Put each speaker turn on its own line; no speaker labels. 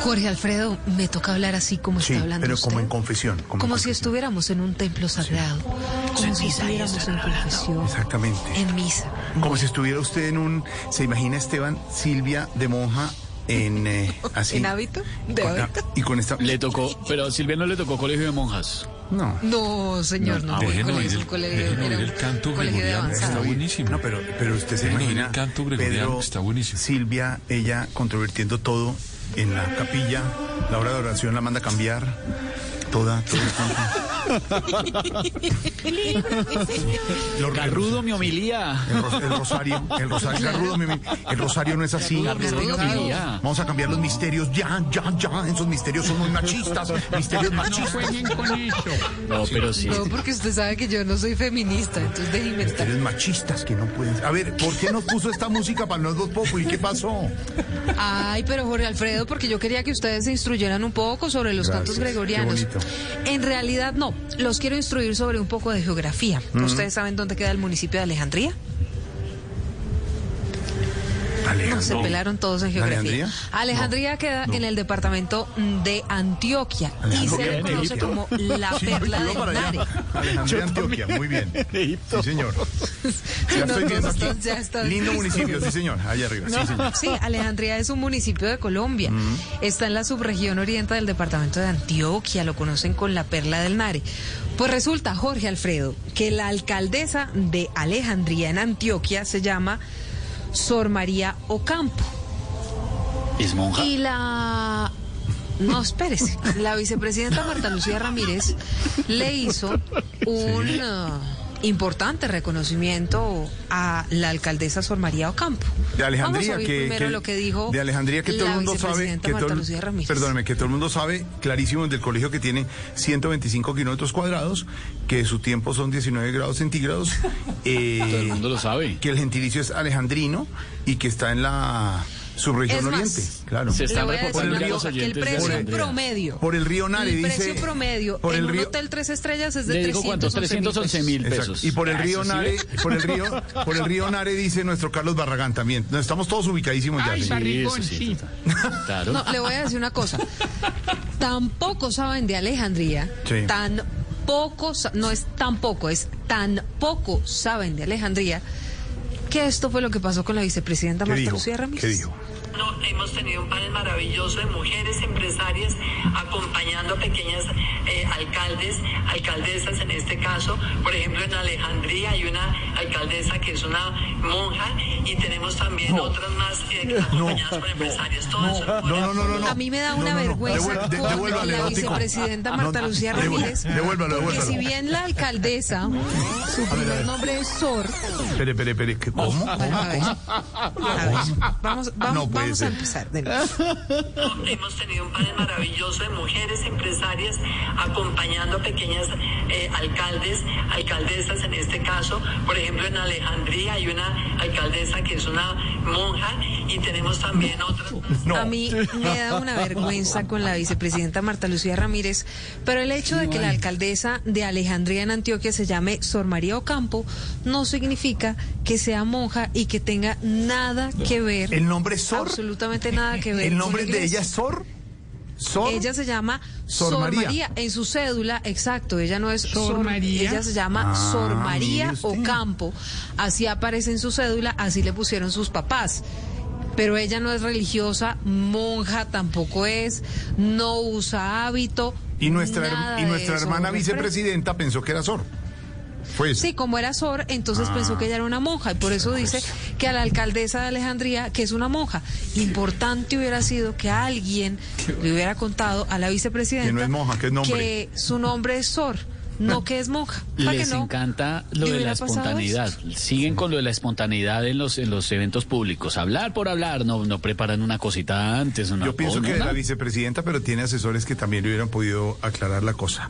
Jorge Alfredo, me toca hablar así como
Sí,
está hablando
pero como
usted.
en confesión. Como, en
Como si
confesión.
estuviéramos en un templo sagrado, como si estuviéramos en confesión,
Exactamente.
en misa.
Como si estuviera usted en un. ¿Se imagina Esteban Silvia de monja en. eh, así?
¿En hábito? ¿De
Con- ah,
hábito?
Y con esta.
Le tocó, pero a Silvia no le tocó colegio de monjas.
No.
No, señor, no.
Ah,
fue
déjenlo
colegio,
oír el-
un colegio,
déjenlo
era
oír
un
el canto
colegio de
gregoriano.
avanzada.
Está buenísimo.
No, pero, pero usted se
Bueno,
imagina.
el canto gregoriano
Pedro,
está buenísimo.
Silvia, ella controvirtiendo todo en la capilla. La hora de oración la manda a cambiar. Toda, todo el tiempo. Lo- el
Garrudo mi homilía.
El, ros- el rosario, el rosario, Garrudo, mi- mi- el rosario no es así.
Garrudo,
Garrudo,
Garrudo.
mi- Vamos a cambiar los misterios ya, ya, ya. Esos misterios son muy machistas, misterios
Ah,
machistas.
No, pero sí.
No, porque usted sabe que yo no soy feminista, entonces de inventar.
Misterios machistas que no pueden. A ver, ¿por qué nos puso esta música para los dos populi? ¿Qué pasó?
Ay, pero Jorge Alfredo, porque yo quería que ustedes se instruyeran un poco sobre los
Gracias,
cantos
qué
gregorianos.
bonito.
En realidad no, los quiero instruir sobre un poco de geografía.
Mm.
¿Ustedes saben dónde queda el municipio de Alejandría? No, se pelaron todos en geografía.
¿Alejandría?
Alejandría, queda en el departamento de Antioquia y
Alejandro,
se
¿qué
le conoce
Egipto?
como la
Sí,
perla
yo iba
del
para
Nare.
allá. Alejandría, Antioquia, muy bien. Sí, señor. Ya estoy
No,
viendo
no,
aquí.
está- ya está listo.
Lindo municipio, sí, señor. Allá arriba, sí, señor.
Sí, Alejandría es un municipio de Colombia.
Mm.
Está en la subregión oriental del departamento de Antioquia, lo conocen con la perla del Nare. Pues resulta, Jorge Alfredo, que la alcaldesa de Alejandría en Antioquia se llama Sor María Ocampo.
Es monja.
Y
Ah.
la... No, espérese. La vicepresidenta Marta Lucía Ramírez le hizo un ah, importante reconocimiento a la alcaldesa Sor María Ocampo.
De
Vamos a
Alejandría
oír
que,
primero
que-
lo que dijo
de Alejandría que todo
la
el mundo sabe
vicepresidenta
que todo,
Marta
el-
Lucía Ramírez.
perdóneme, que todo el mundo sabe clarísimo el del colegio que tiene 125 kilómetros cuadrados que su tiempo son 19 grados centígrados eh,
Todo el mundo lo sabe.
que el gentilicio es alejandrino y que está en la subregión
Es más,
oriente claro
Se
Le
están
voy a decir
reportando
una
a los
cosa, que el
oyentes de
precio
Alejandría.
promedio.
por el río Nare
el
dice
precio promedio
por
en
el
un
río
hotel tres estrellas es de
¿Le digo cuánto? 311
pesos.
mil
Exacto.
pesos.
Y por el
Ah,
río
¿sí
Nare,
ve?
por el río, por el río Nare dice nuestro Carlos Barragán también. No, Estamos todos ubicadísimos ya.
Sí,
señor.
eso sí. Claro.
No, le voy a decir una cosa. Tampoco saben de Alejandría.
Sí.
Tan poco, sa- no es tan poco, es tan poco saben de Alejandría que esto fue lo que pasó con la vicepresidenta
¿Qué
Marta
dijo?
Lucía Ramírez.
¿Qué dijo?
No, hemos tenido un panel maravilloso de mujeres empresarias acompañando a pequeñas eh, alcaldes, alcaldesas en este caso. Por ejemplo, en Alejandría hay una alcaldesa que es una monja y tenemos también otras más eh, acompañadas por empresarias. Todas son
No,
mujeres.
no, no, no, no.
A mí me da
No,
una
no, no.
vergüenza
Devuel- de-
con
devuélvale,
la
Otico.
vicepresidenta
Ah, No,
Marta Lucía
devuel-
Ramírez.
Devuélvalo,
Que
devuélvalo.
si bien la alcaldesa, su primer nombre es Sor.
Espere, espere, espere. ¿qué- ¿Cómo?
Bueno, a ver, a ver, vamos, vamos,
No puede
vamos a
ser.
empezar. de nuevo.
Hemos tenido un panel maravilloso de mujeres empresarias acompañando a pequeñas eh, alcaldes, alcaldesas en este caso. Por ejemplo, en Alejandría hay una alcaldesa que es una monja y tenemos también otras.
A mí me da una vergüenza con la vicepresidenta Marta Lucía Ramírez, pero el hecho de que la alcaldesa de Alejandría en Antioquia se llame Sor María Ocampo no significa que sea monja y que tenga nada que ver,
¿El nombre es Sor?
absolutamente nada que ver.
¿El nombre
con la
de ella
iglesia.
es Sor? Sor.
Ella se llama
Sor
Sor,
María.
María. En su cédula, exacto, ella no es
Sor
Sor,
María.
Ella se llama
Ah,
Sor
mire
María
usted.
Ocampo. Así aparece en su cédula, así le pusieron sus papás. Pero ella no es religiosa, monja tampoco es, no usa hábito.
y nuestra, her-
nada
y
de
nuestra
eso,
hermana
Jorge Alfredo.
vicepresidenta pensó que era Sor. Pues.
Sí, como era Sor, entonces
Ah.
pensó que ella era una monja y por eso dice que a la alcaldesa de Alejandría que es una monja. Importante hubiera sido que alguien le hubiera contado a la vicepresidenta
Que no es monja, que es nombre.
que su nombre es Sor, no que es monja. Para
Les
que no
encanta lo
le
de la
hubiera pasado
espontaneidad.
eso.
Siguen con lo de la espontaneidad en los en los eventos públicos. Hablar por hablar, no no preparan una cosita antes, una
Yo pienso
cosa,
que de
una-
la vicepresidenta, pero tiene asesores que también le hubieran podido aclarar la cosa.